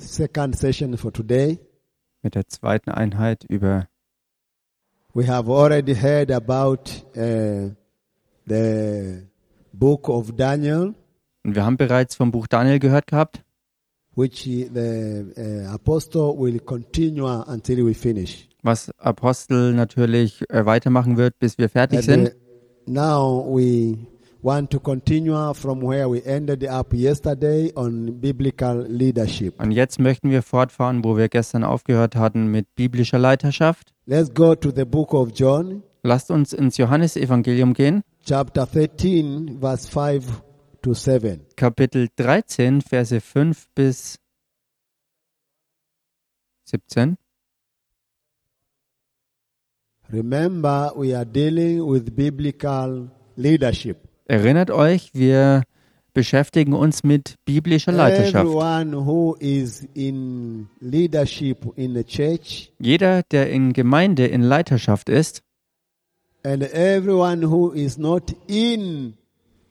second session for today. mit der zweiten Einheit über, We have already heard about uh, the book of Daniel, und wir haben bereits vom Buch Daniel gehört gehabt, which the uh, apostle will continue until we finish. was Apostel natürlich äh, weitermachen wird, bis wir fertig And, uh, sind. now we want to continue from where we ended up yesterday on biblical leadership. Und jetzt möchten wir fortfahren, wo wir gestern aufgehört hatten mit biblischer Leiterschaft. Let's go to the book of John, Lasst uns ins Johannesevangelium gehen, chapter 13, verse 5 to 7. Kapitel 13, Verse 5 bis 17. Remember, we are dealing with biblical leadership. Erinnert euch, wir beschäftigen uns mit Äh, biblischer Leiterschaft. Everyone who is in leadership in the church Jeder, der in Gemeinde in Leiterschaft ist and everyone who is not in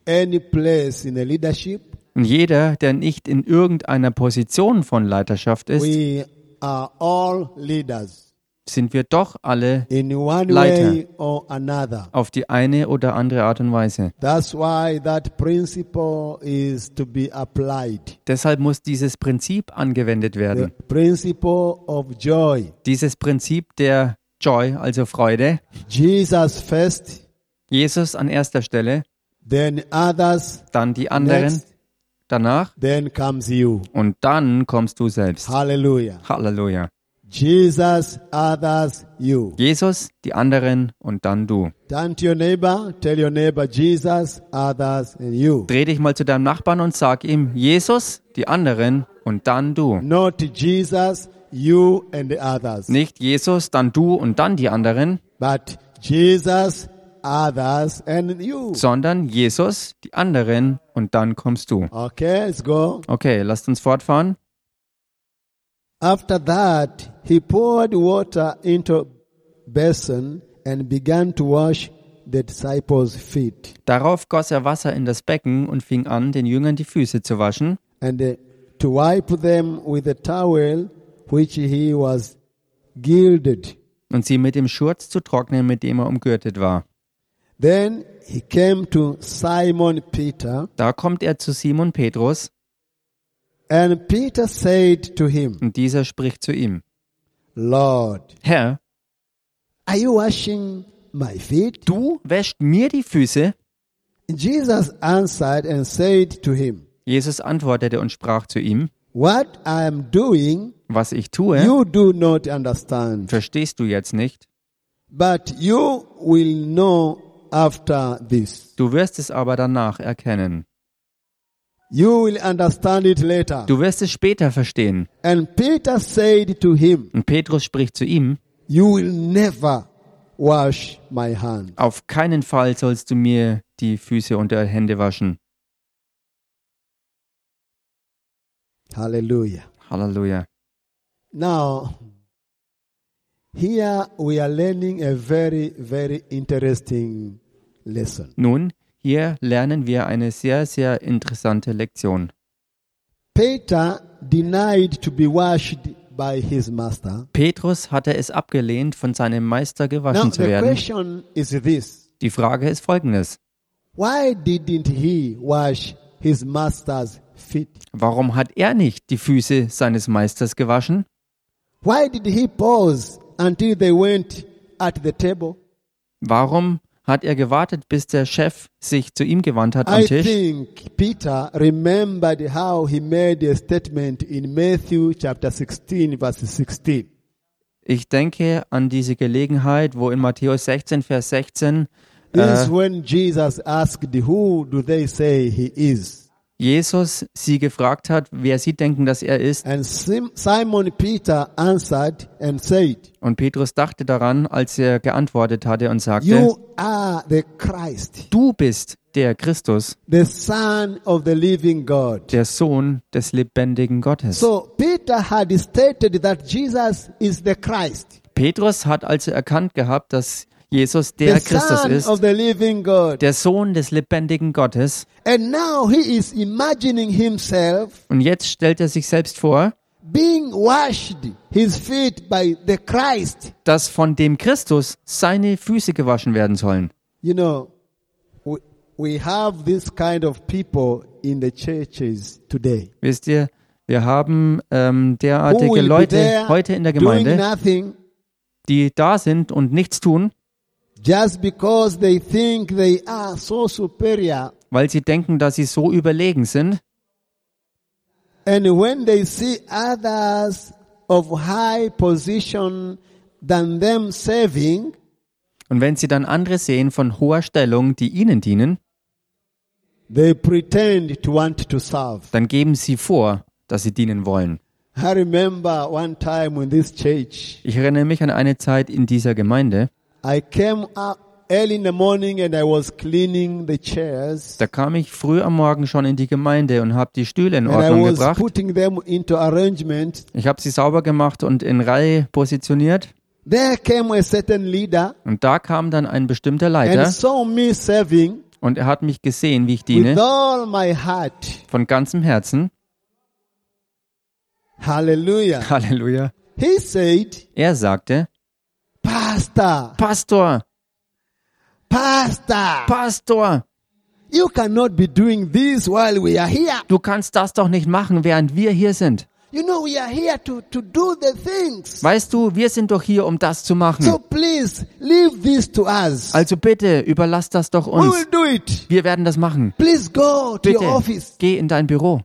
any place in the leadership, und jeder, der nicht in irgendeiner Position von Leiterschaft ist, we are all leaders sind wir doch alle in one Leiter. way or another. auf die eine oder andere Art und Weise. That's why that principle is to be applied. Deshalb muss dieses Prinzip angewendet The werden. principle of joy. Dieses Prinzip der Joy, also Freude, Jesus first, Jesus an erster Stelle, then others, dann die anderen, next, danach then comes you. und dann kommst du selbst. Hallelujah. Halleluja. Jesus, others, you. Jesus, die anderen und dann du. Turn to your neighbor, tell your neighbor, Jesus, others, and you. Dreh dich mal zu deinem Nachbarn und sag ihm, Jesus, die anderen und dann du. Not Jesus, you, and the others. Nicht Jesus, dann du und dann die anderen, But Jesus, others, and you. sondern Jesus, die anderen und dann kommst du. Okay, let's go. Okay, lasst uns fortfahren. After that, he poured water into a basin and began to wash the disciples' feet Darauf goss er Wasser in das Becken und fing an, den Jüngern die Füße zu waschen and uh, to wipe them with a towel which he was gilded. und sie mit dem Schurz zu trocknen, mit dem er umgürtet war. Then he came to Simon Peter, Da kommt er zu Simon Petrus and Peter said to him, und dieser spricht zu ihm, Lord, Herr, are you washing my feet? du wäscht mir die Füße? Jesus answered and said to him, Jesus antwortete und sprach zu ihm, What I am doing, was ich tue, you do not understand. verstehst du jetzt nicht. But you will know after this. Du wirst es aber danach erkennen. You will understand it later. Du wirst es später verstehen. And Peter said to him, Und Petrus spricht zu ihm, You will never wash my hand. auf keinen Fall sollst du mir die Füße und Hände waschen. Hallelujah. Halleluja. Now, here we are learning a very, very interesting lesson. Nun, hier lernen wir eine sehr, sehr interessante Lektion. Peter denied to be washed by his master. Petrus hatte es abgelehnt, von seinem Meister Now, gewaschen zu the werden. question is this Die Frage ist folgendes. Why didn't he wash his master's feet? Warum hat er nicht die Füße seines Meisters gewaschen? Why did he pause until they went at the table? Warum hat er gewartet, bis der Chef sich zu ihm gewandt hat am I Tisch? think Peter remembered how he made a statement in Matthew chapter 16, verse 16. Ich denke an diese Gelegenheit, wo in Matthäus 16, Vers 16 This äh, is when Jesus asked, Who do they say he is? Jesus sie gefragt hat, wer sie denken, dass er ist. And Sim- Simon Peter answered and said, Und Petrus dachte daran, als er geantwortet hatte und sagte, You are the Christ, du bist der Christus, the Son of the living God. der Sohn des lebendigen Gottes. So Peter had stated that Jesus is the Christ, Petrus hat also erkannt gehabt, dass Jesus the der Christus Son ist, of the living God. der Sohn des lebendigen Gottes. And now he is imagining himself Und jetzt stellt er sich selbst vor, being washed his feet by the Christ. dass von dem Christus seine Füße gewaschen werden sollen. You know, we, we have this kind of people in the churches today. Wisst ihr, wir haben ähm, Who derartige will be Leute there heute in der doing Gemeinde, nothing die da sind und nichts tun, just because they think they are so superior. weil sie denken, dass sie so überlegen sind. And when they see others of high position than them serving, Und wenn sie dann andere sehen von hoher Stellung, die ihnen dienen, they pretend to want to serve. dann geben sie vor, dass sie dienen wollen. I remember one time in this church, Ich erinnere mich an eine Zeit in dieser Gemeinde, I came up early in the morning and I was cleaning the chairs. da kam ich früh am Morgen schon in die Gemeinde und habe die Stühle in And I Ordnung was gebracht. putting them into arrangement. Ich habe sie sauber gemacht und in Reihe positioniert. There came a certain leader Und da kam dann ein bestimmter Leiter and saw me serving und er hat mich gesehen, wie ich with diene, all my heart. von ganzem Herzen. Hallelujah. Halleluja. He said, Er sagte, Pastor, Pastor, Pastor, Pastor, you cannot be doing this while we are here. du kannst das doch nicht machen, während wir hier sind. You know, we are here to, to do the things. Weißt du, wir sind doch hier, um das zu machen. So please leave this to us. Also bitte, überlass das doch We will uns. do it. Wir werden das machen. Please go to your Bitte, office. geh in dein Büro.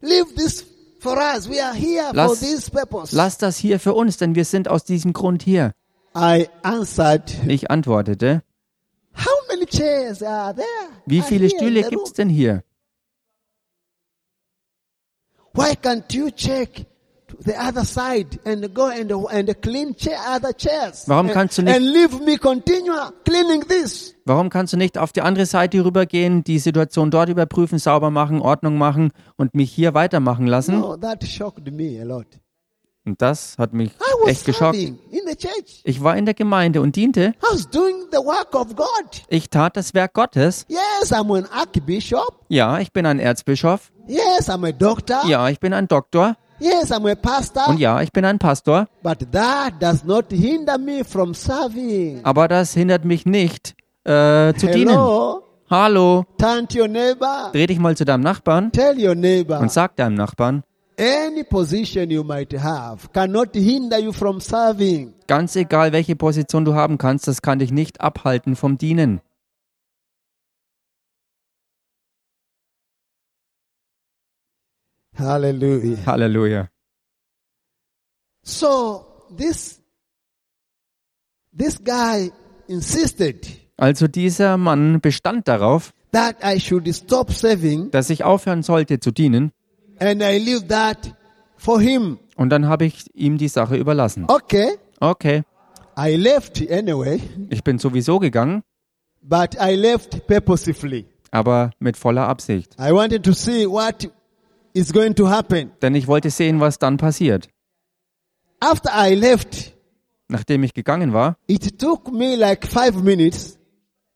Leave this for us. We are here for Lass- this purpose. Lass das hier für uns, denn wir sind aus diesem Grund hier. I answered, Ich antwortete, How many chairs are there? wie Are viele here Ah, in Stühle the gibt's room? denn hier? Why can't you check to the other side and go and, and clean chair, other chairs? Warum and, kannst du nicht- and leave me continue cleaning this. Warum kannst du nicht auf die andere Seite rübergehen, die Situation dort überprüfen, sauber machen, Ordnung machen und mich hier weitermachen lassen? No, that shocked me a lot. Und das hat mich I was echt geschockt. serving in the church. Ich war in der Gemeinde und diente. I was doing the work of God. Ich tat das Werk Gottes. Yes, I'm an archbishop. Ja, ich bin ein Erzbischof. Yes, I'm a doctor. Ja, ich bin ein Doktor. Yes, I'm a pastor. Und ja, ich bin ein Pastor. But that does not hinder me from serving. Aber das hindert mich nicht, äh, zu dienen. Hello, Hallo, turn to your neighbor. dreh dich mal zu deinem Nachbarn Tell your neighbor, und sag deinem Nachbarn, any position you might have cannot hinder you from serving. ganz egal welche Position du haben kannst, das kann dich nicht abhalten vom Dienen. Hallelujah. Halleluja. So this this guy insisted Also dieser Mann bestand darauf, that I should stop serving dass ich aufhören sollte zu dienen and I leave that for him. und dann habe ich ihm die Sache überlassen. Okay, Okay, I left anyway, ich bin sowieso gegangen, but I left purposefully. aber mit voller Absicht, I wanted to see what is going to happen. denn ich wollte sehen, was dann passiert. After I left, Nachdem ich gegangen war, it took me like five minutes.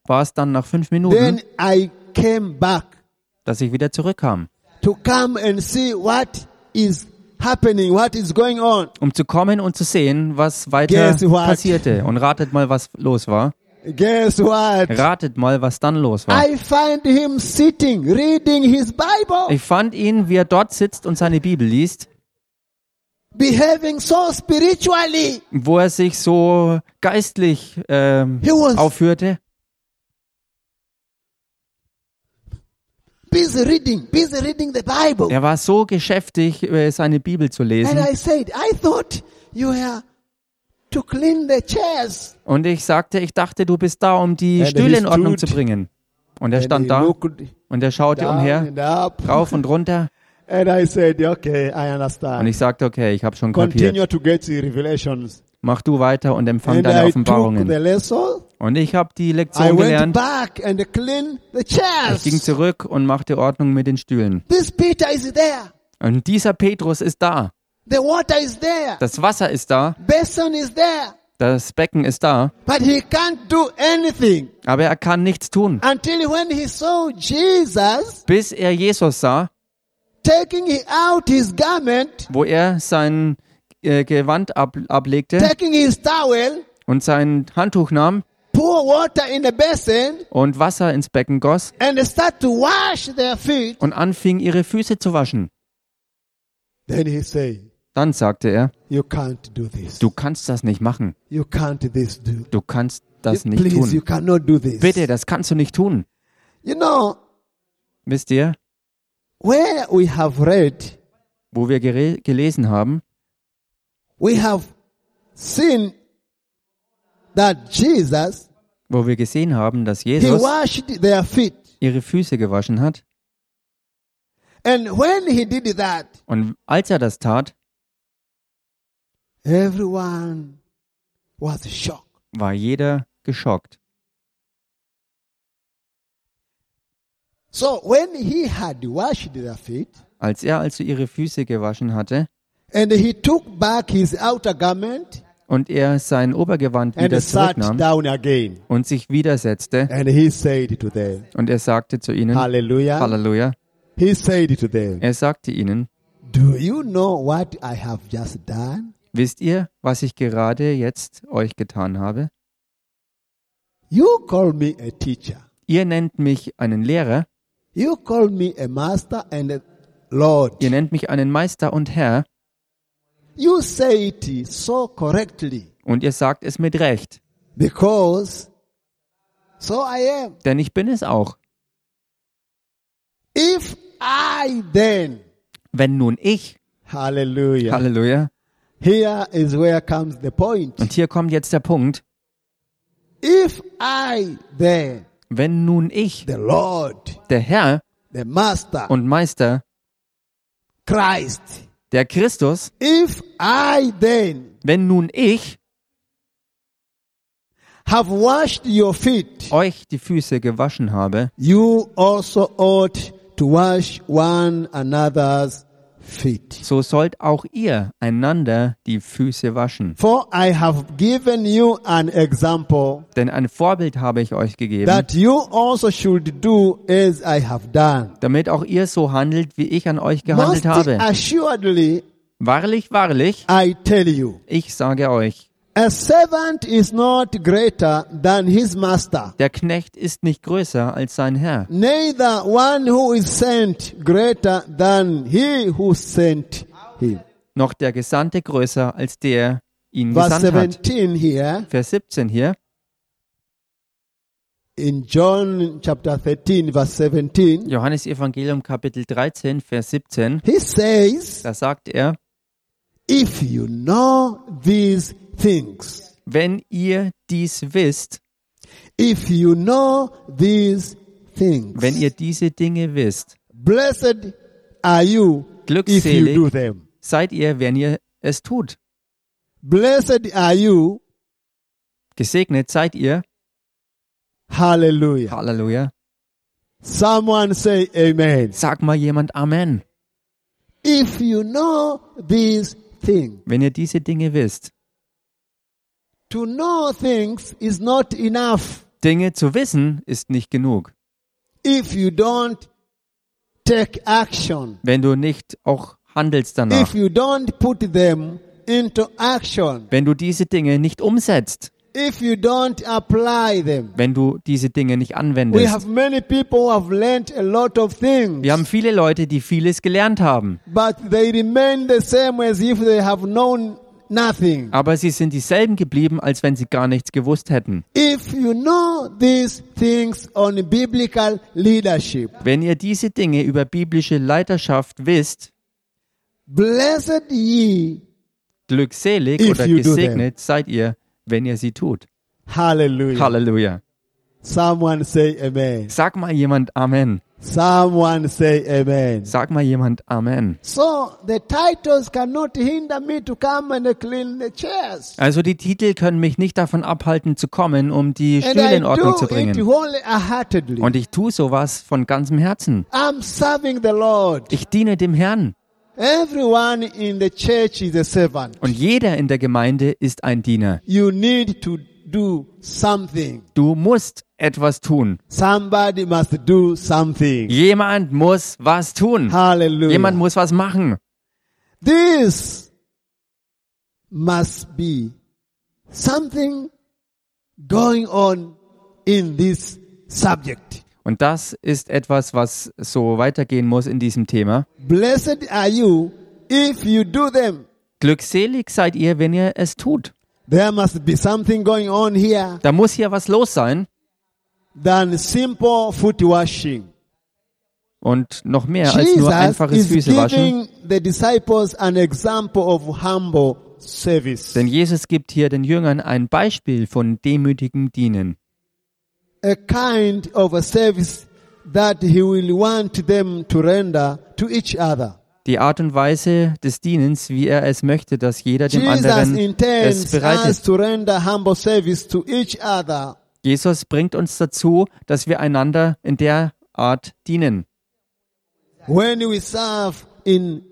war es dann nach fünf Then Minuten, I came back dass ich wieder zurückkam, to come and see what is happening, what is going on. um zu kommen und zu sehen, was weiter Guess what? passierte. Und ratet mal, was los war. Guess what? Ratet mal, was dann los war. I find him sitting, reading his Bible, Ich fand ihn, wie er dort sitzt und seine Bibel liest, behaving so spiritually. wo er sich so geistlich ähm, He was aufführte. busy reading, busy reading the Bible. Er war so geschäftig, äh, seine Bibel zu And lesen. I said, I thought you were to clean the chairs. Und ich sagte, ich dachte, du bist da, um die And Stühle he in Ordnung zu stood. bringen. Und er And stand he da looked und er schaute down umher, and up. rauf und runter. And I said, okay, I Und understand. ich sagte, okay, ich habe schon kapiert. Continue to get the revelations. Mach du weiter und empfang And deine I took the Offenbarungen. lesson. Und ich habe die I Lektion went gelernt. back and cleaned the Ich ging chairs. zurück und machte Ordnung mit den Stühlen. This Peter is there. Und dieser Petrus ist da. The water is there. Das Wasser ist da. Basin is there. Das Becken ist da. But he can't do anything Aber er kann nichts tun. until when he saw Jesus Bis er Jesus sah, taking out his garment, wo er sein äh, Gewand ab, ablegte taking his towel, und sein Handtuch nahm pour water in the basin, und Wasser ins Becken goss and start to wash their feet. und anfing, ihre Füße zu waschen. Then he said, Dann sagte er, You can't do this. du kannst das nicht machen. You can't this do. Du kannst das nicht Please, you tun. cannot do this. Bitte, das kannst du nicht tun. You know, Wisst ihr, where we have read, wo wir gere- gelesen haben, we have seen that Jesus, wo wir gesehen haben, dass he Jesus washed their feet. ihre Füße gewaschen hat. And when he did that, Und als er das tat, everyone was shocked. war jeder geschockt. So when he had washed their feet, Als er also ihre Füße gewaschen hatte and he took back his outer garment und er sein Obergewand wieder and sat zurücknahm down again, und sich widersetzte, and he said to them, und er sagte zu ihnen, Hallelujah. Halleluja, He said to them, er sagte ihnen, Do you know what I have just done? wisst ihr, was ich gerade jetzt euch getan habe? You call me a teacher. Ihr nennt mich einen Lehrer, You call me a master and a Lord. ihr nennt mich einen Meister und Herr, You say it so correctly und ihr sagt es mit Recht, because so I am. denn ich bin es auch. If I then, Wenn nun ich, hallelujah. Halleluja, Here is where comes the point. und hier kommt jetzt der Punkt, If I then, wenn nun ich, the Lord, der Herr the Master, und Meister, Christ, der Christus, if I then wenn nun ich have washed your feet, euch die Füße gewaschen habe, you also ought to wash one another's feet. so sollt auch ihr einander die Füße waschen. For I have given you an example Denn ein Vorbild habe ich euch gegeben, that you also should do as I have done. damit auch ihr so handelt, wie ich an euch Most gehandelt habe. assuredly, Wahrlich, wahrlich, I tell you, ich sage euch, a servant is not greater than his master, der Knecht ist nicht größer als sein Herr. neither one who is sent greater than he who sent him. noch der Gesandte größer als der ihn Verse gesandt hat. 17 here Vers 17 hier, in John chapter 13, verse 17, Johannes Evangelium Kapitel 13, Vers 17, he says, da sagt er, If you know these things, wenn ihr dies wisst, if you know these things, wenn ihr diese Dinge wisst, blessed are you if you Glückselig. do them. seid ihr, wenn ihr es tut. Blessed are you, Gesegnet seid ihr, hallelujah. Halleluja. Someone say amen. Sag mal jemand Amen, If you know these things, wenn ihr diese Dinge wisst. to know things is not enough Dinge zu wissen ist nicht genug, if you don't take action. wenn du nicht auch handelst If danach, you don't put them into action, wenn du diese Dinge nicht umsetzt, if you don't apply them. wenn du diese Dinge nicht We anwendest. have many people who have learned a lot of things, Wir haben viele Leute, die vieles gelernt haben, but they remain the same as if they have known nothing. aber sie sind dieselben geblieben, als wenn sie gar nichts gewusst hätten. If you know these things on biblical leadership, Wenn ihr diese Dinge über biblische Leiterschaft wisst, blessed ye, glückselig If oder you do gesegnet seid ihr, wenn ihr sie tut. hallelujah. Halleluja. Someone say amen. Sag mal jemand Amen. Someone say amen. Sag mal jemand Amen. So the titles cannot hinder me to come and clean the chairs. Also die Titel können mich nicht davon abhalten zu kommen, um die And Stühle in I Ordnung do zu it bringen. wholeheartedly. Und ich tue sowas von ganzem Herzen. I'm serving the Lord. Ich diene dem Herrn. Everyone in the church is a servant. Und jeder in der Gemeinde ist ein Diener. You need to do something. Du musst etwas tun. Somebody must do something. Jemand muss was tun. Hallelujah. Jemand muss was machen. This must be something going on in this subject. Und das ist etwas, was so weitergehen muss in diesem Thema. Blessed are you if you do them. Glückselig seid ihr, wenn ihr es tut. There must be something going on here Da muss hier was los sein than simple foot washing. und noch mehr als nur Jesus einfaches is Füßewaschen. giving the disciples an example of humble service. Denn Jesus gibt hier den Jüngern ein Beispiel von demütigem Dienen. a kind of a service that he will want them to render to each other. Die Art und Weise des Dienens, wie er es möchte, dass jeder dem Jesus anderen es intends us bereitet. to render humble service to each other. Jesus bringt uns dazu, dass wir einander in der Art dienen. when we serve in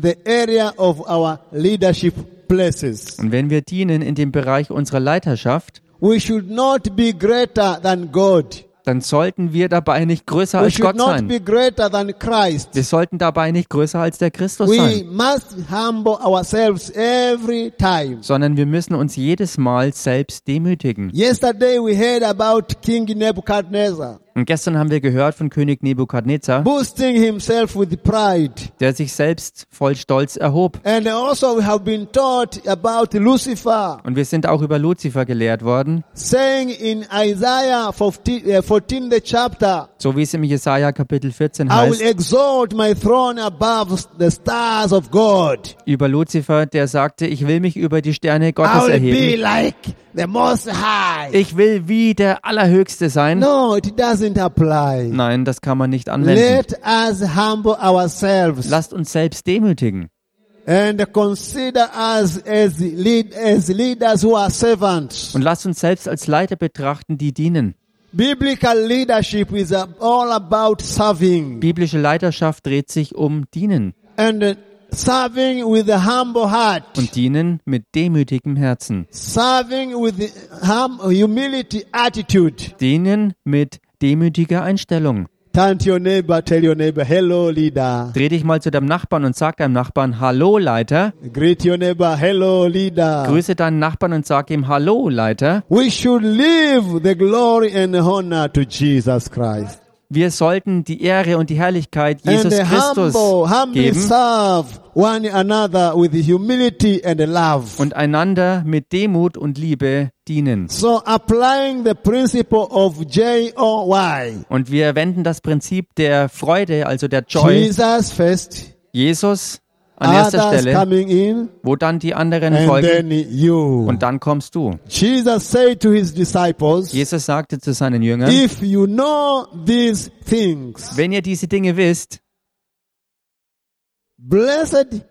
the area of our leadership places. Und wenn wir dienen in dem Bereich unserer Leiterschaft, We should not be greater than God. dann sollten wir dabei nicht größer We als should Gott not be sein. greater than Christ. Wir sollten dabei nicht größer als der Christus We sein, must humble ourselves every time. sondern wir müssen uns jedes Mal selbst demütigen. Yesterday we heard about King Nebuchadnezzar Und gestern haben wir gehört von König Nebukadnezar, boosting himself with pride. der sich selbst voll Stolz erhob. And also we have been taught about Lucifer Und wir sind auch über Luzifer gelehrt worden, saying in Isaiah 14, uh, 14 the chapter, so wie es im Jesaja Kapitel 14 I will heißt, exalt my throne above the stars of God. über Luzifer, der sagte, ich will mich über die Sterne I Gottes will be erheben. like the Most High. Ich will wie der Allerhöchste sein. No, it doesn't apply. Nein, das kann man nicht anwenden. Let us humble ourselves Lasst uns selbst demütigen and consider us as, lead, as leaders who are servants. und lasst uns selbst als Leiter betrachten, die dienen. Biblical leadership is uh, all about serving Biblische Leiterschaft dreht sich um Dienen and uh, serving with a humble heart, und Dienen mit demütigem Herzen. serving with hum- humility attitude. Dienen mit demütiger Einstellung. Turn to your neighbor, tell your neighbor, hello, leader. Dreh dich mal zu deinem Nachbarn und sag deinem Nachbarn Hallo Leiter. Greet your neighbor, hello, leader. Grüße deinen Nachbarn und sag ihm Hallo Leiter. we should leave the glory and honor to Jesus Christ. Wir sollten die Ehre und die Herrlichkeit Jesus and Christus humble, humbly geben serve one another with humility and love. und einander mit Demut und Liebe dienen. So applying the principle of J-O-Y. Und wir wenden das Prinzip der Freude, also der Joy, Jesus first, Jesus an erster others Stelle, coming in, wo dann die anderen Ah, and folgen then you. und dann kommst du. Jesus said to his disciples, Jesus sagte zu seinen Jüngern, if you know these things, wenn ihr diese Dinge wisst, Blessed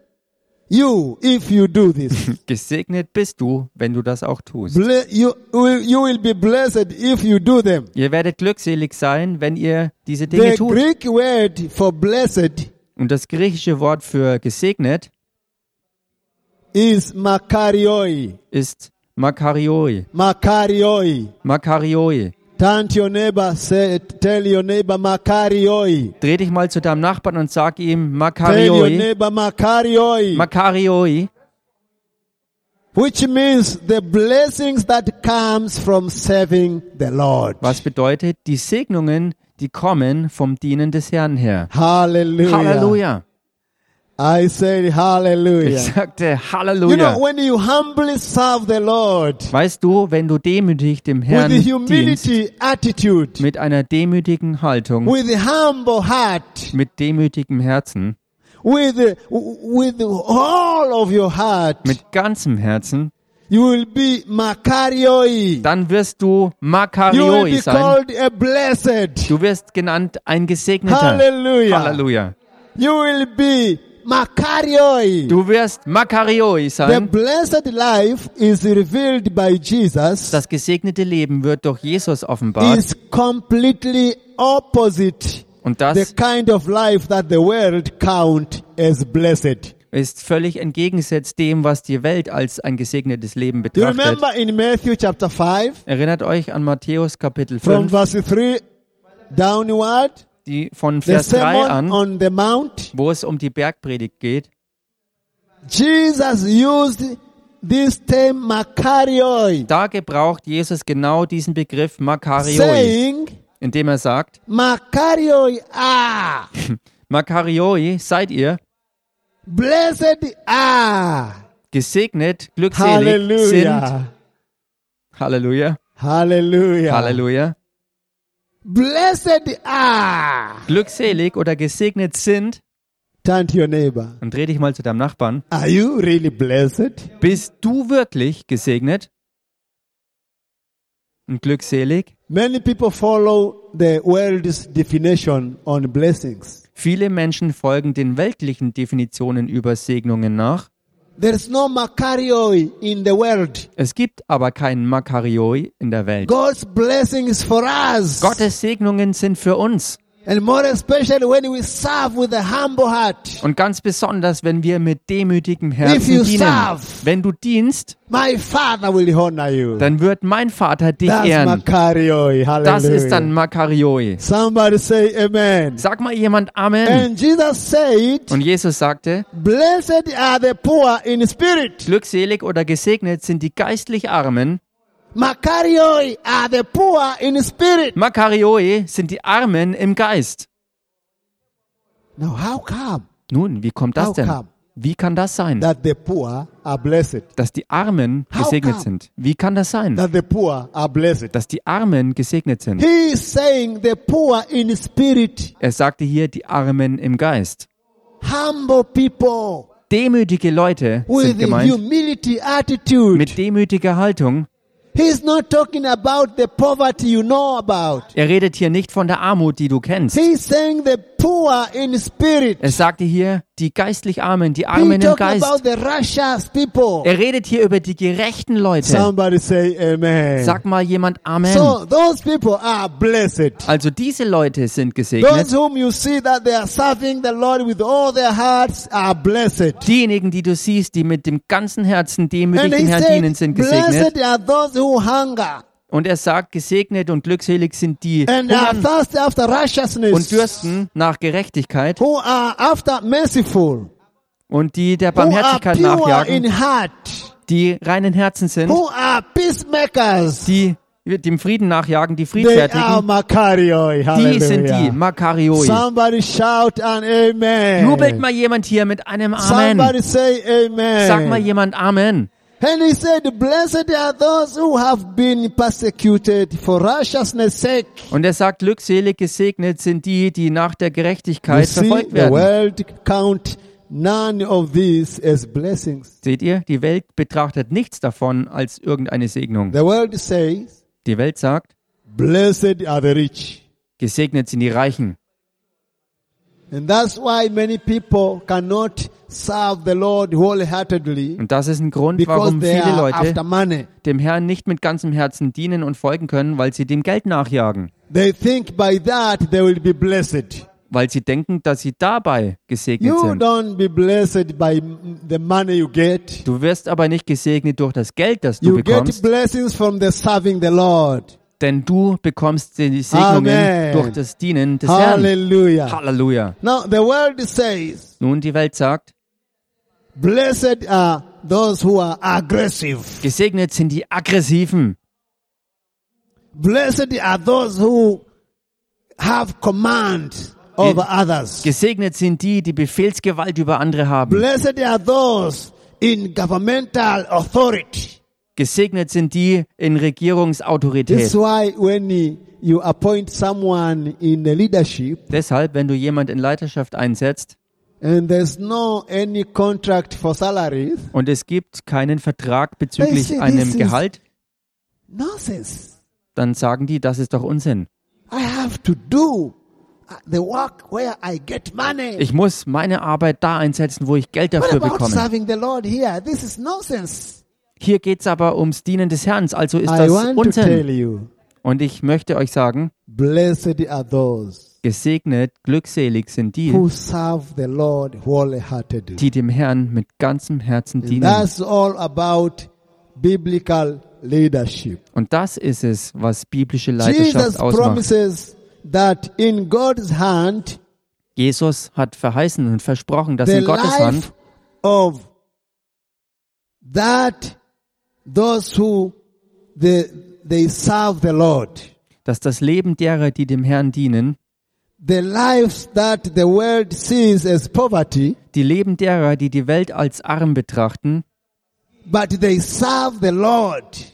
you if you do this. gesegnet bist du, wenn du das auch tust. Ble- you, will- you will be blessed if you do them. Ihr werdet glückselig sein, wenn ihr diese Dinge The tut. Greek word for blessed Und das griechische Wort für gesegnet is makarioi. ist makarioi. Makarioi. Makarioi. Turn to your neighbor, say, tell your neighbor makarioi. Dreh dich mal zu deinem Nachbarn und sag Tell ihm your makarioi. neighbor makarioi, Makarioi. which means the blessings that comes from serving the Lord. Was bedeutet die Segnungen, die kommen vom Dienen des Herrn her? Hallelujah. Halleluja. I said Ich hallelujah. sagte You know, Halleluja. when you humbly serve the Lord, Weißt du, wenn du demütig dem Herrn with dienst, humility attitude, mit einer demütigen Haltung, with humble heart, mit demütigem Herzen, with with all of your heart, mit ganzem Herzen, you will be makarioi. dann wirst du You will Makarioi be sein. called a blessed. Du wirst genannt ein Gesegneter. Halleluja. Halleluja. You will be makarioi. Du wirst Makarioi The sein. blessed life is revealed by Jesus. Das gesegnete Leben wird durch Jesus offenbart. Is completely opposite Und the das kind of life that the world count as blessed. ist völlig entgegengesetzt dem, was die Welt als ein gesegnetes Leben Do you betrachtet. remember in Matthew chapter 5, Erinnert euch an Matthäus Kapitel from 5, verse 3 downward, die von the Vers 3 Sermon an, on the Mount? wo es um die Bergpredigt geht. Jesus used this term makarioi, Da gebraucht Jesus genau diesen Begriff Makarioi, saying, indem er sagt, Makarioi are, Makarioi seid ihr, blessed are. gesegnet, glückselig sind, Hallelujah. Halleluja, Hallelujah. Halleluja, Blessed are. glückselig oder gesegnet sind, Turn to your neighbor. und dreh dich mal zu deinem Nachbarn, Are you really blessed? bist du wirklich gesegnet und glückselig? Many people follow the world's definition on blessings. Viele Menschen folgen den weltlichen Definitionen über Segnungen nach. There is no makarioi in the world. Es gibt aber keinen Makarioi in der Welt. God's blessing is for us. Gottes Segnungen sind für uns. And more especially when we serve with a humble heart. Und ganz besonders, wenn wir mit demütigem If you Herzen dienen. serve. Wenn du dienst, My Father will honor you. dann wird mein Vater dich That's ehren. makarioi. Hallelujah. Das ist dann Makarioi. Somebody say amen. Sag mal jemand Amen. And Jesus said, Und Jesus sagte, Blessed are the poor in spirit. glückselig oder gesegnet sind die geistlich Armen. Makarioi are the poor in spirit. Makarioi sind die Armen im Geist. Now, how come Nun, wie kommt das How denn? come? Wie kann das sein, that the poor are blessed? dass die Armen How gesegnet come? sind? Wie kann das sein, That the poor are blessed. dass die Armen gesegnet sind? He is saying the poor in spirit, Er sagte hier die Armen im Geist. humble people Demütige Leute sind with a gemeint. humility attitude. Mit demütiger Haltung. He's not talking about the poverty you know about. Er redet hier nicht von der Armut, die du kennst. He's saying the poor in spirit. Er sagte hier die geistlich Armen, die He's Armen im talking about Geist. the righteous people. Er redet hier über die gerechten Leute. Somebody say amen. Sag mal jemand Amen. So those people are blessed. Also diese Leute sind Those gesegnet. whom you see that they are serving the Lord with all their hearts are blessed. Diejenigen, die du siehst, die mit dem ganzen Herzen demütig And he dem Herrn dienen, sind said, gesegnet. blessed are those who hunger Und er sagt, gesegnet und glückselig sind die and are hungern thirsty after und righteousness, dürsten nach Gerechtigkeit who are after merciful, und die der who are Barmherzigkeit pure in nachjagen, heart, die reinen Herzen sind, who are peacemakers. die dem Frieden nachjagen, die They are Friedfertigen. Makarioi. Die sind die Hallelujah. Makarioi. Somebody shout an Jubelt amen. mal jemand hier mit einem Amen. Somebody say amen. Sag mal jemand Amen. And he said, Blessed are those who have been persecuted for righteousness' sake. Und er sagt, glückselig gesegnet sind die, die nach der You Gerechtigkeit see, verfolgt the werden. world count none of these as blessings. Seht ihr, die Welt betrachtet nichts davon als irgendeine Segnung. The world says, Die Welt sagt, Blessed are the rich. gesegnet sind die Reichen. And that's why many people cannot serve the Lord wholeheartedly Und das ist ein Grund, because warum they viele are after Leute money. dem Herrn nicht mit ganzem Herzen dienen und folgen können, weil sie dem Geld nachjagen. They think by that they will be blessed. Weil sie denken, dass sie dabei gesegnet You sind. don't be blessed by mm, the money you get. Du wirst aber nicht gesegnet durch das Geld, das du You get bekommst, blessings from the serving the Lord. denn du bekommst die Segnungen Amen. durch das Dienen des Herrn. Hallelujah. Halleluja. Now the world says, Nun, die Welt sagt, blessed are those who are aggressive. gesegnet sind die Aggressiven. Blessed are those who have command over others. Gesegnet sind die, die Befehlsgewalt über andere haben. Blessed are those in governmental authority. Gesegnet sind die in This is Regierungsautorität. why when you appoint someone in the leadership Deshalb, wenn du jemand in Leiterschaft einsetzt and there's no any contract for salary, und es gibt keinen Vertrag bezüglich Listen, this einem is- Gehalt, nonsense. dann sagen die, das ist doch Unsinn. I have to do the work where I get money. Ich muss meine Arbeit da einsetzen, wo ich Geld What dafür about bekomme. serving the Lord here? This is nonsense. Hier geht's aber ums Dienen des Herrn, also ist I das want to tell Unsinn. you, Und ich möchte euch sagen, blessed are those Gesegnet, glückselig sind die, who serve the Lord wholeheartedly. die dem Herrn mit ganzem Herzen And dienen. that's all about biblical leadership. Und das ist es, was biblische Jesus Leidenschaft ausmacht. promises that in God's hand, Jesus hat verheißen und versprochen, dass the in Gottes life Hand of that those who they, they serve the Lord, dass das Leben derer, die dem Herrn dienen, the lives that the world sees as poverty, die Leben derer, die die Welt als arm betrachten, but they serve the Lord.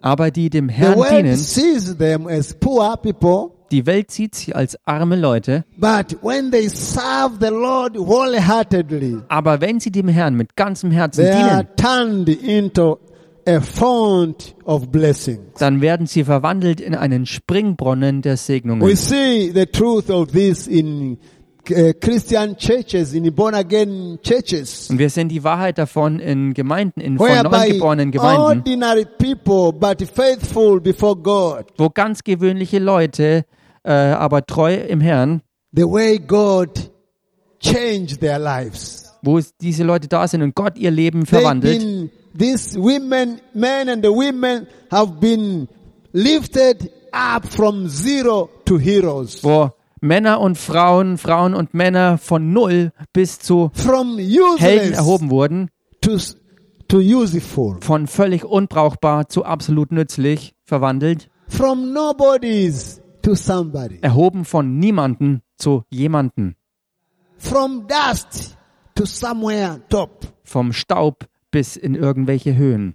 aber die dem The Herrn world dienen, sees them as poor people, die Welt sieht sie als arme Leute, but when they serve the Lord wholeheartedly, aber wenn sie dem Herrn mit ganzem Herzen they are dienen, turned into a font of blessing. dann werden sie verwandelt in einen Springbrunnen der Segnungen. We see the truth of this in uh, Christian churches, in born again churches, Und wir sehen die Wahrheit davon in Gemeinden, in von whereby neugeborenen Gemeinden, ordinary people but faithful before God, wo ganz gewöhnliche Leute, äh, aber treu im Herrn, the way God changed their lives. wo es diese Leute da sind und Gott ihr Leben They've verwandelt. been, these women, men and the women have been lifted up from zero to heroes. wo Männer und Frauen, Frauen und Männer von null bis zu From Helden useless erhoben wurden, to, s- to useful. von völlig unbrauchbar zu absolut nützlich verwandelt, From nobodies to somebody. erhoben von niemanden zu jemanden, from dust to somewhere top. vom Staub bis in irgendwelche Höhen.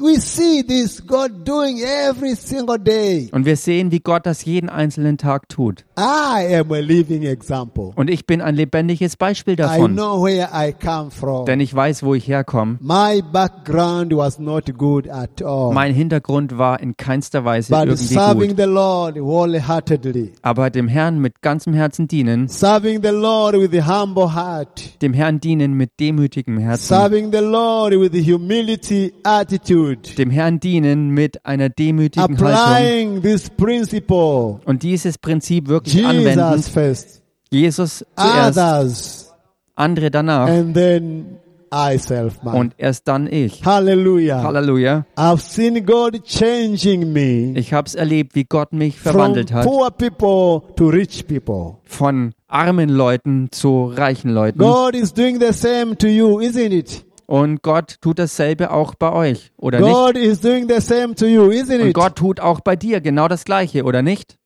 We see this God doing every single day. Und wir sehen, wie Gott das jeden einzelnen Tag tut. I am a living example. Und ich bin ein lebendiges Beispiel I davon, know where I come from. denn ich weiß, wo ich herkomme. My background was not good at all. Mein Hintergrund war in keinster Weise but irgendwie serving gut. the Lord wholeheartedly, Aber dem Herrn mit ganzem Herzen dienen, serving the Lord with a humble heart, dem Herrn dienen mit demütigem Herzen, serving the Lord with humility attitude, dem Herrn dienen mit einer demütigen Haltung applying this principle. und dieses Prinzip wirklich anwenden. Jesus first, Jesus zuerst, others andere danach and then I self man. Ah. und erst dann ich. Hallelujah. Halleluja. I've seen God changing me Ich habe es erlebt, wie Gott mich from verwandelt hat. Mm. poor people to rich people. Von armen Leuten zu reichen Leuten. God is doing the same to you, isn't it? Und Gott tut dasselbe auch bei euch, oder nicht? God is doing the same to you, isn't Und it? Gott tut auch bei dir genau das Gleiche, oder nicht?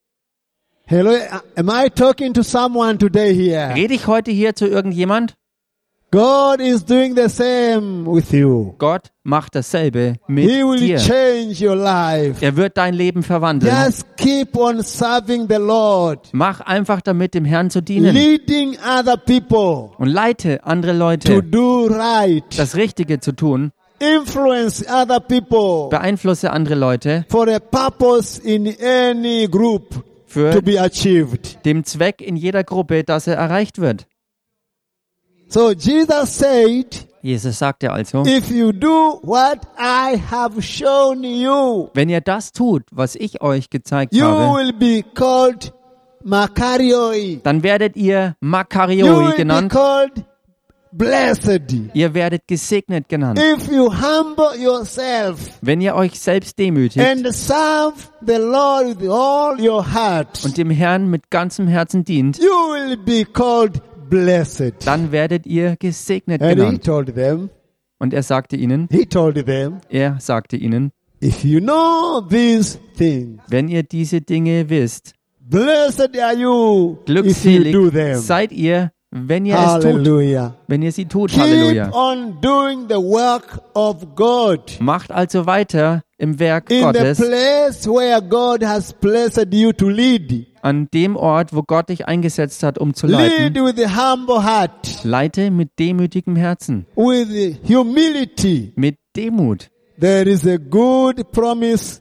Hello, uh, am I talking to someone today here? Rede ich heute hier zu irgendjemand? God is doing the same with you. Gott macht dasselbe mit He will dir. change your life. Er wird dein Leben verwandeln. Just keep on serving the Lord, Mach einfach damit, dem Herrn zu dienen leading other people und leite andere to Leute, do right. das Richtige zu tun. influence other people Beeinflusse andere Leute for a purpose in any group für to be achieved. dem Zweck in jeder Gruppe, dass er erreicht wird. So Jesus said, Jesus sagte also, if you do what I have shown you, wenn ihr das tut, was ich euch gezeigt you habe, will be called Makarioi. dann werdet ihr You Makarioi will be genannt, called blessed. ihr werdet gesegnet genannt. If you humble yourself Wenn ihr euch selbst demütigt and serve the Lord with all your heart, und dem Herrn mit ganzem Herzen dient, you will be called blessed. dann werdet ihr gesegnet And he genannt. told them, Und er sagte ihnen, He told them, er sagte ihnen, If you know these things, wenn ihr diese Dinge wisst, blessed are you if you glückselig do them. seid ihr, wenn ihr es tut, Hallelujah. wenn ihr sie tut, Keep Halleluja. on doing the work of God Macht also weiter im Werk in the Gottes, place where God has placed you to lead. an dem Ort, wo Gott dich eingesetzt hat, um zu Lead leiten. with a humble heart, Leite mit demütigem Herzen, with humility. mit Demut. There is a good promise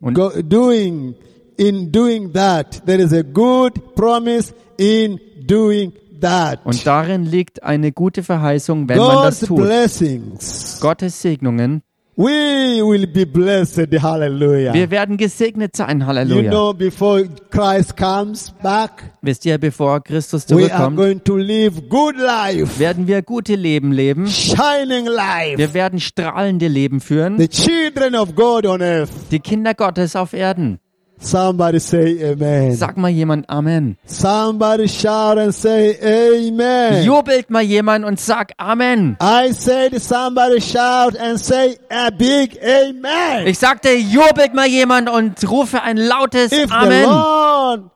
Und go, doing in doing that. There is a good promise in doing that. Und darin liegt eine gute Verheißung, wenn man das God's tut. blessings Gottes Segnungen We will be blessed. Hallelujah. Wir werden gesegnet sein. you Halleluja. know, before Christ comes back, Wisst ihr, bevor Christus we are zurückkommt, going to live good life, werden wir gute Leben leben. shining life. Wir werden strahlende Leben führen. the children of God on earth. Die Kinder Gottes auf Erden. Somebody say amen. Sag mal jemand Amen. Somebody shout and say amen. Jubelt mal jemand und sag Amen. I said somebody shout and say a big amen. Ich sagte, jubelt mal jemand und rufe ein lautes if the Amen. Lord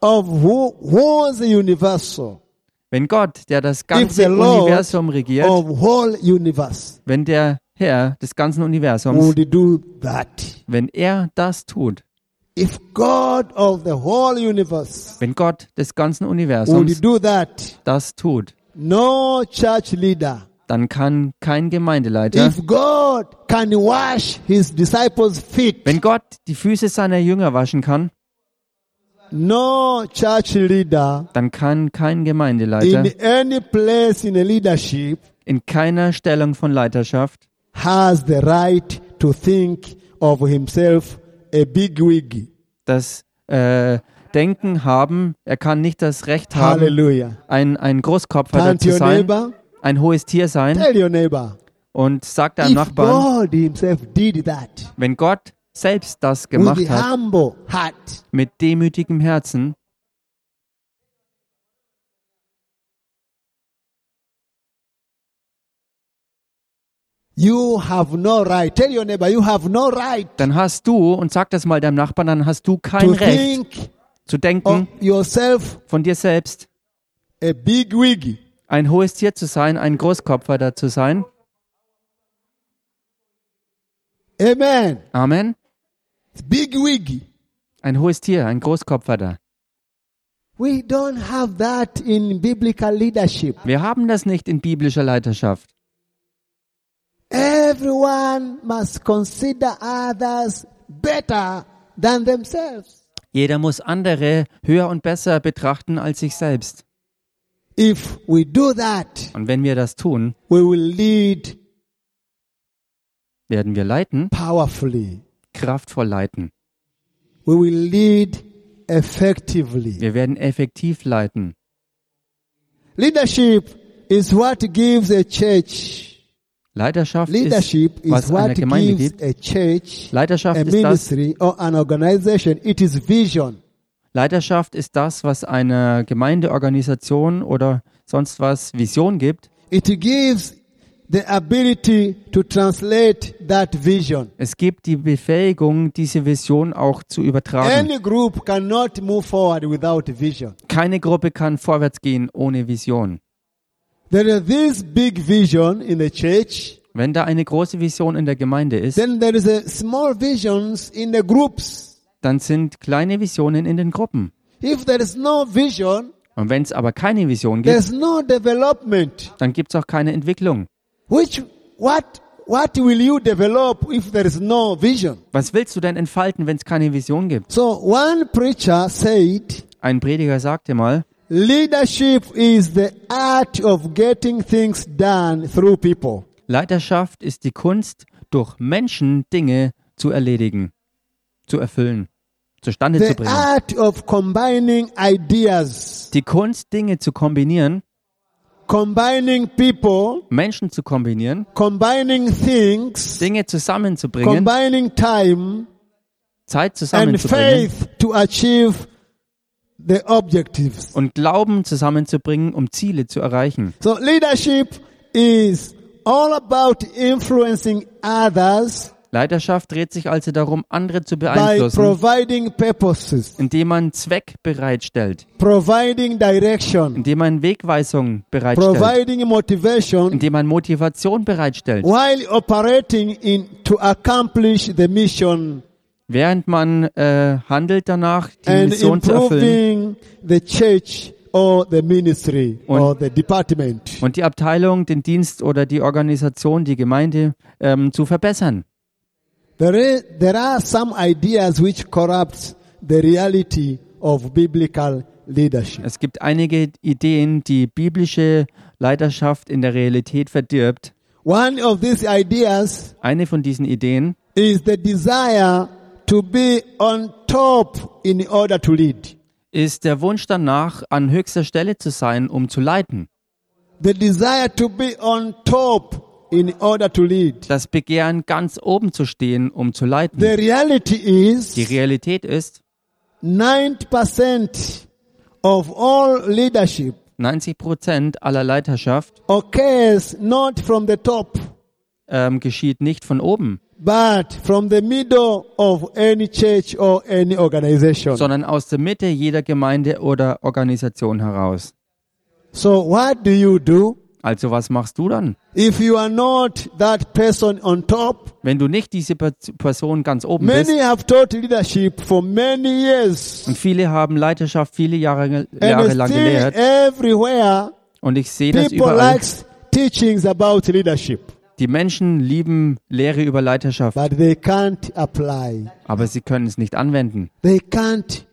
of who was universal, Wenn Gott, der das if the ganze Lord Oh. Universum regiert, of whole universe wenn der Herr des ganzen Universums, would do that, wenn er das tut, if God of the whole universe wenn Gott des ganzen would Universums do that, das tut, no church leader, dann kann kein Gemeindeleiter, if God can wash his disciples' feet, wenn Gott die Füße seiner Jünger waschen kann, no church leader dann kann kein in Gemeindeleiter any place in a leadership in keiner Stellung von Leiterschaft has the right to think of himself a big wig. das äh, Denken haben, er kann nicht das Recht haben, Hallelujah. ein, ein Großkopfer Turn to zu your sein, neighbor. ein hohes Tier sein Tell your neighbor. und sagt deinem if Nachbarn, God himself did that wenn Gott selbst das with gemacht a hat, humble heart, mit demütigem Herzen, you have no right. Tell your neighbor, you have no right dann hast du, und sag das mal deinem Nachbarn, dann hast du kein to Recht think zu of denken yourself von dir selbst, a big wig. ein hohes Tier zu sein, ein Großkopfer zu sein. Amen. Amen. Big wig. Ein hohes Tier, ein Großkopfer We don't have that in biblical leadership. Wir haben das nicht in biblischer Leiterschaft. Everyone must consider others better than themselves. Jeder muss andere höher und besser betrachten als sich selbst. If we do that, Und wenn wir das tun, we will lead werden wir leiten, powerfully. kraftvoll leiten. We will lead effectively. Wir werden effektiv leiten. Leadership is what gives a church. Leiterschaft ist, Leadership is was einer what Gemeinde gives gibt. a church, Leiterschaft a ist das, ministry, or an organization. It is vision. Leiterschaft ist das, was einer Gemeindeorganisation oder sonst was Vision gibt. It gives the ability to translate that vision. Es gibt die Befähigung, diese Vision auch zu übertragen. Any group cannot move forward without vision. Keine Gruppe kann vorwärts gehen ohne Vision. There is this big vision in the church. Wenn da eine große Vision in der Gemeinde ist, Then there is a small visions in the groups. dann sind kleine Visionen in den Gruppen. If there is no vision, Und wenn es aber keine Vision gibt, there's no development. dann gibt es auch keine Entwicklung. Which what what will you develop if there is no vision? Was willst du denn entfalten, wenn es keine Vision gibt? So one preacher said, Ein Prediger sagte mal, leadership is the art of getting things done through people. Leiterschaft ist die Kunst, durch Menschen Dinge zu erledigen, zu erfüllen, zustande zu The bringen. art of combining ideas, Die Kunst, Dinge zu kombinieren, combining people, Menschen zu kombinieren, combining things, Dinge zusammenzubringen, combining time Zeit and zusammenzubringen faith to achieve the objectives. und Glauben zusammenzubringen, um Ziele zu erreichen. So leadership is all about influencing others Leiterschaft dreht sich also darum, andere zu by beeinflussen, providing purposes, indem man Zweck bereitstellt, providing direction, indem man Wegweisung bereitstellt, providing motivation indem man Motivation bereitstellt, while operating in to accomplish the mission während man äh, handelt danach, die and Mission zu erfüllen improving the church or the ministry or the department. und die Abteilung, den Dienst oder die Organisation, die Gemeinde ähm, zu verbessern. There, is, there are some ideas which corrupt the reality of biblical leadership. Es gibt einige Ideen, die biblische Leiterschaft in der Realität verdirbt. One of these ideas Eine von diesen Ideen is the desire to be on top in order to lead. ist der Wunsch danach, an höchster Stelle zu sein, um zu leiten. The desire to be on top in order to lead. Das Begehren, ganz oben zu stehen, um zu leiten. The reality Die is Realität ist, 90% of all leadership 90% aller Leiterschaft occurs not from the top, ähm, geschieht nicht von oben, but from the middle of any church or any organization. sondern aus der Mitte jeder Gemeinde oder Organisation heraus. So what do you do Also was machst du dann? if you are not that person on top? Wenn du nicht diese Per- Person ganz oben Many bist, have taught leadership for many years und viele haben Leidenschaft viele Jahre, äh, Jahre and lang still gelehrt, everywhere und ich sehe das people überall, likes teachings about leadership, die Menschen lieben Lehre über Leiterschaft, but they can't apply. aber sie können es nicht anwenden. They can't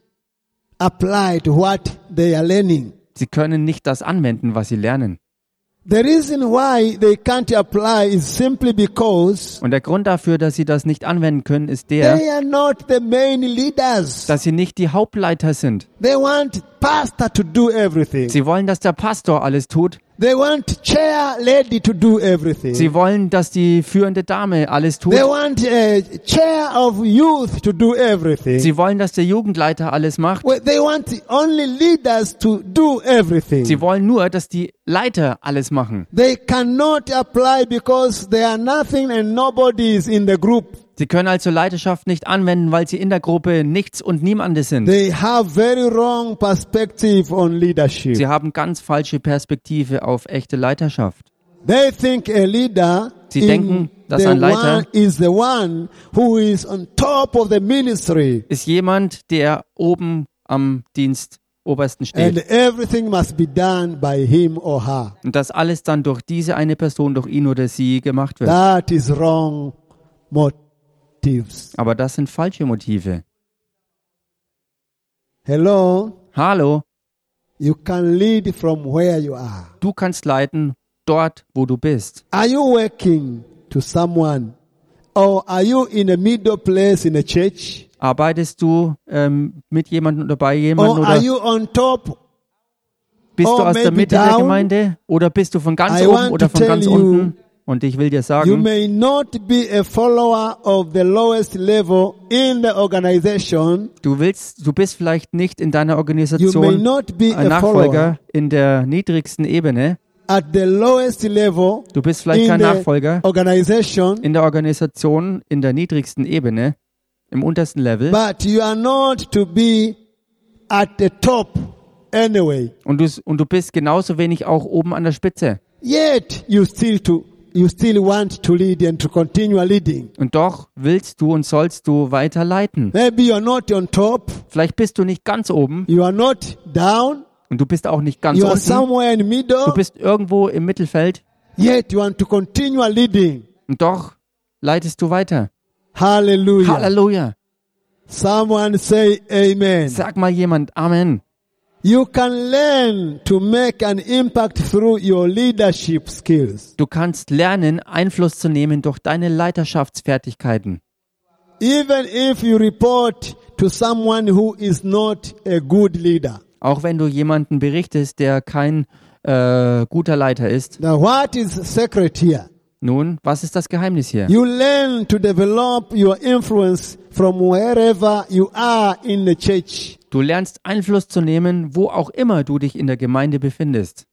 apply to what they are learning. Sie können nicht das anwenden, was sie lernen. The reason why they can't apply is simply because Und der Grund dafür, dass sie das nicht anwenden können, ist der, they are not the main leaders. dass sie nicht die Hauptleiter sind. They want pastor to do everything. Sie wollen, dass der Pastor alles tut. They want chair lady to do everything. Sie wollen, dass die führende Dame alles tut. They want uh, chair of youth to do everything. Sie wollen, dass der Jugendleiter alles macht. Well, they want only leaders to do everything. Sie wollen nur, dass die Leiter alles machen. They cannot apply because they are nothing and nobody is in the group. Sie können also Leiterschaft nicht anwenden, weil sie in der Gruppe nichts und niemandes sind. They have very wrong perspective on leadership. Sie haben ganz falsche Perspektive auf echte Leiterschaft. They think a leader Sie in denken, dass the ein Leiter- one is the one who is on top of the ministry Ist jemand, der oben am Dienst obersten and steht. everything must be done by him or her. Und dass alles dann durch diese eine Person, durch ihn oder sie gemacht wird. That is wrong motives. Aber das sind falsche Motive. Hello, Hallo, you can lead from where you are. du kannst leiten dort, wo du bist. Are you working to someone or are you in a middle place in a church? Arbeitest du ähm, mit jemandem oder bei Or jemandem Oh, are oder you on top? bist du or aus der maybe Mitte der down? Gemeinde oder bist du von ganz I want oben to oder von tell ganz you, unten? Und ich will dir You sagen, may not be a follower of the lowest level in the organization. du willst, du bist vielleicht nicht in deiner You may Organisation not be ein a follower Nachfolger in der niedrigsten Ebene. at the lowest level Du bist vielleicht in kein the Nachfolger organization, in der Organisation in der niedrigsten Ebene, im untersten Level. but you are not to be at the top anyway. Und du, und du bist genauso wenig auch oben an der Spitze. Yet you still to you still want to lead and to continue leading. Und doch willst du und sollst du weiterleiten. Maybe you are not on top, Vielleicht bist du nicht ganz oben you are not down, und du bist auch nicht ganz you are unten. somewhere in Du middle, bist irgendwo im Mittelfeld yet you want to continue leading. und doch leitest du weiter. Hallelujah. Halleluja. Someone say amen. Sag mal jemand Amen. You can learn to make an impact through your leadership skills. Du kannst lernen, Einfluss zu nehmen durch deine Leiterschaftsfertigkeiten. Even if you report to someone who is not a good leader. Auch wenn du jemanden berichtest, der kein äh, guter Leiter ist. Now what is secret here? Nun, was ist das Geheimnis hier? You learn to develop your influence from wherever you are in the church. Du lernst Einfluss zu nehmen, wo auch immer du dich in der Gemeinde befindest.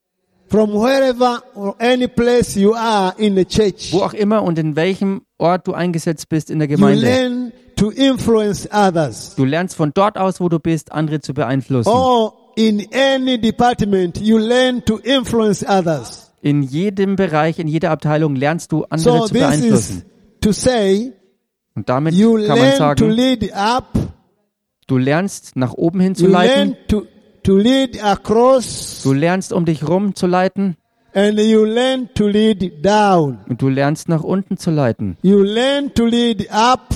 From wherever or any place you are in the church. Wo auch immer und in welchem Ort du eingesetzt bist in der You Gemeinde. learn to influence others. Du lernst von dort aus, wo du bist, andere zu beeinflussen. Or in any department, you learn to influence others. In jedem Bereich, in jeder Abteilung lernst du, andere So zu this is beeinflussen. to say Und damit you kann man learn to sagen, lead up, du lernst, nach oben hin zu you learn leiten. to, to lead across, Du lernst, um dich rum zu leiten. and you learn to lead down. Und du lernst, nach unten zu leiten. You learn to lead up,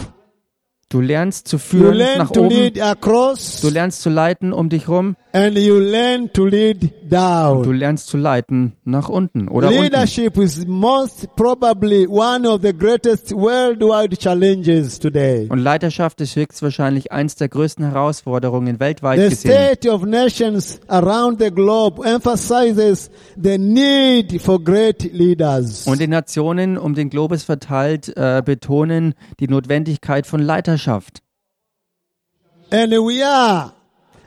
Du lernst zu you führen, learn nach to oben. lead across, Du lernst zu leiten, um dich rum. and you learn to lead down. Du lernst zu leiten nach unten oder unten. Leadership is most probably one of the greatest worldwide challenges today. Und Leiterschaft ist höchstwahrscheinlich eins der größten Herausforderungen weltweit The gesehen. state of nations around the globe emphasizes the need for great leaders. Und die Nationen um den Globus verteilt äh, betonen die Notwendigkeit von Leiterschaft. And we are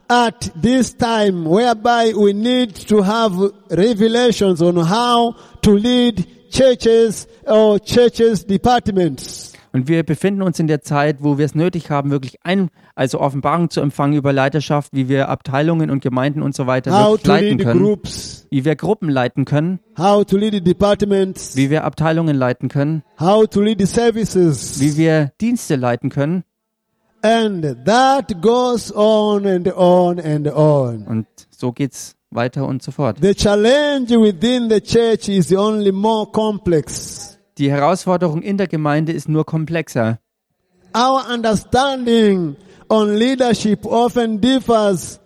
at this time whereby we need to have revelations on how to lead churches or churches departments. Und wir befinden uns in der Zeit, wo wir es nötig haben, wirklich ein, also Offenbarung zu empfangen über Leiterschaft, wie wir Abteilungen und Gemeinden und so weiter How wirklich to leiten lead können, groups, wie wir Gruppen leiten können, how to lead departments, wie wir Abteilungen leiten können, how to lead services. wie wir Dienste leiten können. And that goes on and on and on. Und so geht's weiter und so fort. The challenge within the church is only more complex. Die Herausforderung in der Gemeinde ist nur komplexer. Our understanding on leadership often differs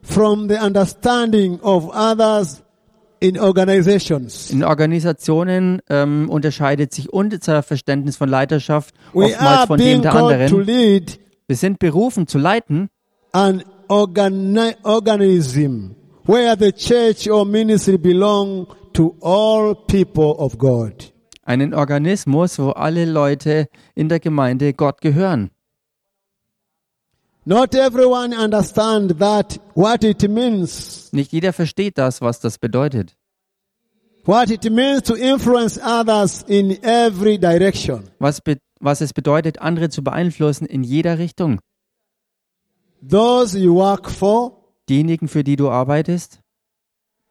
from the understanding of others in organizations. In Organisationen ähm, unterscheidet sich unser Verständnis von Leiterschaft We oftmals are von dem being der called to anderen. lead Wir sind berufen zu leiten, an organi- organism where the church or ministry belong to all people of God. einen Organismus, wo alle Leute in der Gemeinde Gott gehören. Not everyone understands that what it means, Nicht jeder versteht das, was das bedeutet. what it means to influence others in every direction. Was, be was es bedeutet, andere zu beeinflussen in jeder Richtung. Those you work for, Diejenigen, für die du arbeitest,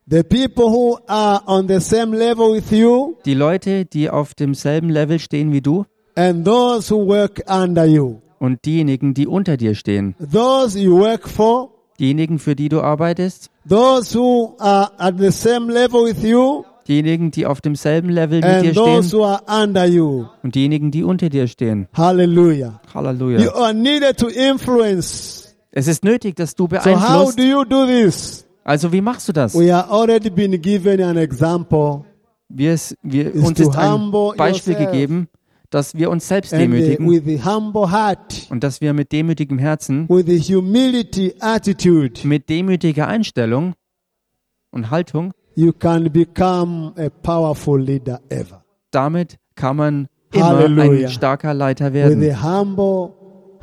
the people who are on the same level with you, die Leute, die auf demselben Level stehen wie du and those who work under you. und diejenigen, die unter dir stehen. Those you work for, Diejenigen, für die du arbeitest, those who are at the same level with you, diejenigen, die auf demselben Level mit dir and those stehen who are under you. und diejenigen, die unter dir stehen. Hallelujah. You Halleluja. are needed to influence. Es ist nötig, dass du So how do beeinflusst. you do this? Also wie machst du das? We are already been given an example. Wir, es- wir, is uns to ist ein humble Beispiel yourself. gegeben, dass wir uns selbst and uh, demütigen with a humble heart, und dass wir mit demütigem Herzen, with a humility attitude, mit demütiger Einstellung und Haltung, you can become a powerful leader ever. damit kann man immer Halleluja. ein starker Leiter With a werden. humble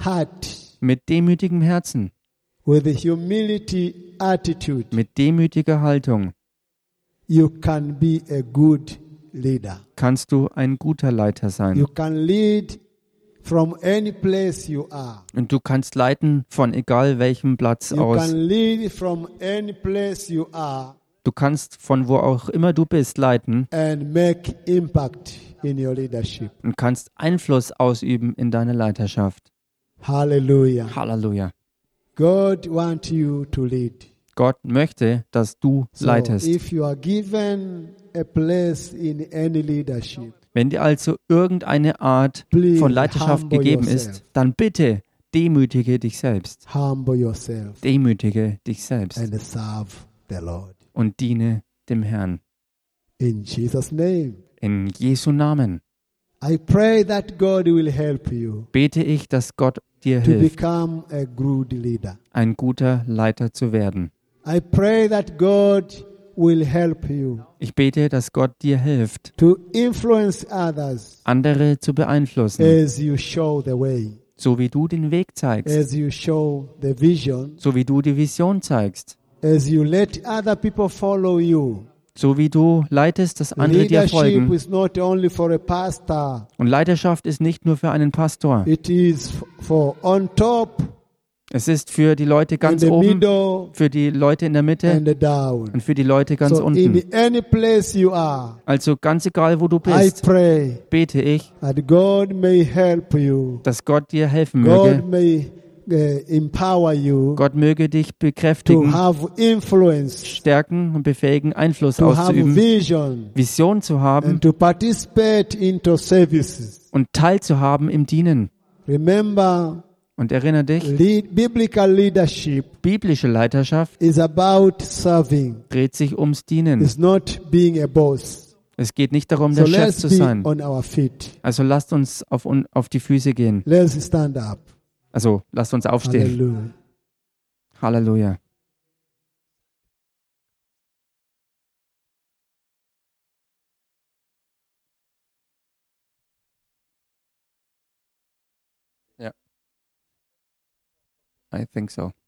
heart, Mit demütigem Herzen, with a humility attitude, mit demütiger Haltung you can be a good leader. kannst du ein guter Leiter sein. You can lead from any place you are. Und du kannst leiten von egal welchem Platz You aus. can lead from any place you are Du kannst von wo auch immer du bist leiten and make impact in your leadership. und kannst Einfluss ausüben in deine Leiterschaft. Hallelujah. Halleluja. God wants you to lead. Gott möchte, dass du So leitest. if you are given a place in any leadership, Wenn dir also irgendeine Art Please von Leiterschaft humble gegeben yourself. ist, dann bitte demütige dich selbst. humble yourself Demütige dich selbst and serve the Lord. und diene dem Herrn. In Jesus' name, In Jesu Namen I pray that God will help you bete ich, dass Gott dir to hilft, become a good leader. ein guter Leiter zu werden. I pray that God will help you Ich bete, dass Gott dir hilft, to influence others andere zu beeinflussen, as you show the way, so wie du den Weg zeigst, as you show the vision, so wie du die Vision zeigst, as you let other people follow you. so wie du leitest, dass andere dir Leadership folgen. is not only for a pastor, Und Leiterschaft ist nicht nur für einen Pastor. it is f- for on top, Es ist für die Leute in ganz the oben, middle, für die Leute in der Mitte and down. und für die Leute ganz So unten. in any place you are, Also ganz egal, wo du I bist, pray bete ich, that God may help you. dass Gott dir helfen God möge. may uh, empower you Gott möge dich to bekräftigen, have influence, stärken und befähigen, Einfluss to have auszuüben, vision, Vision zu haben and to participate into services. und teilzuhaben im Dienen. Remember, Und erinnere dich, Lead, biblical leadership biblische Leiterschaft is about serving. dreht sich ums Dienen. It's not being a boss. Es geht nicht darum, So der Mm. Chef let's zu be sein. on our feet. Also lasst uns auf, un auf die Füße gehen. Let's stand up. Also lasst uns aufstehen. Hallelujah. Halleluja. Ja. I think so.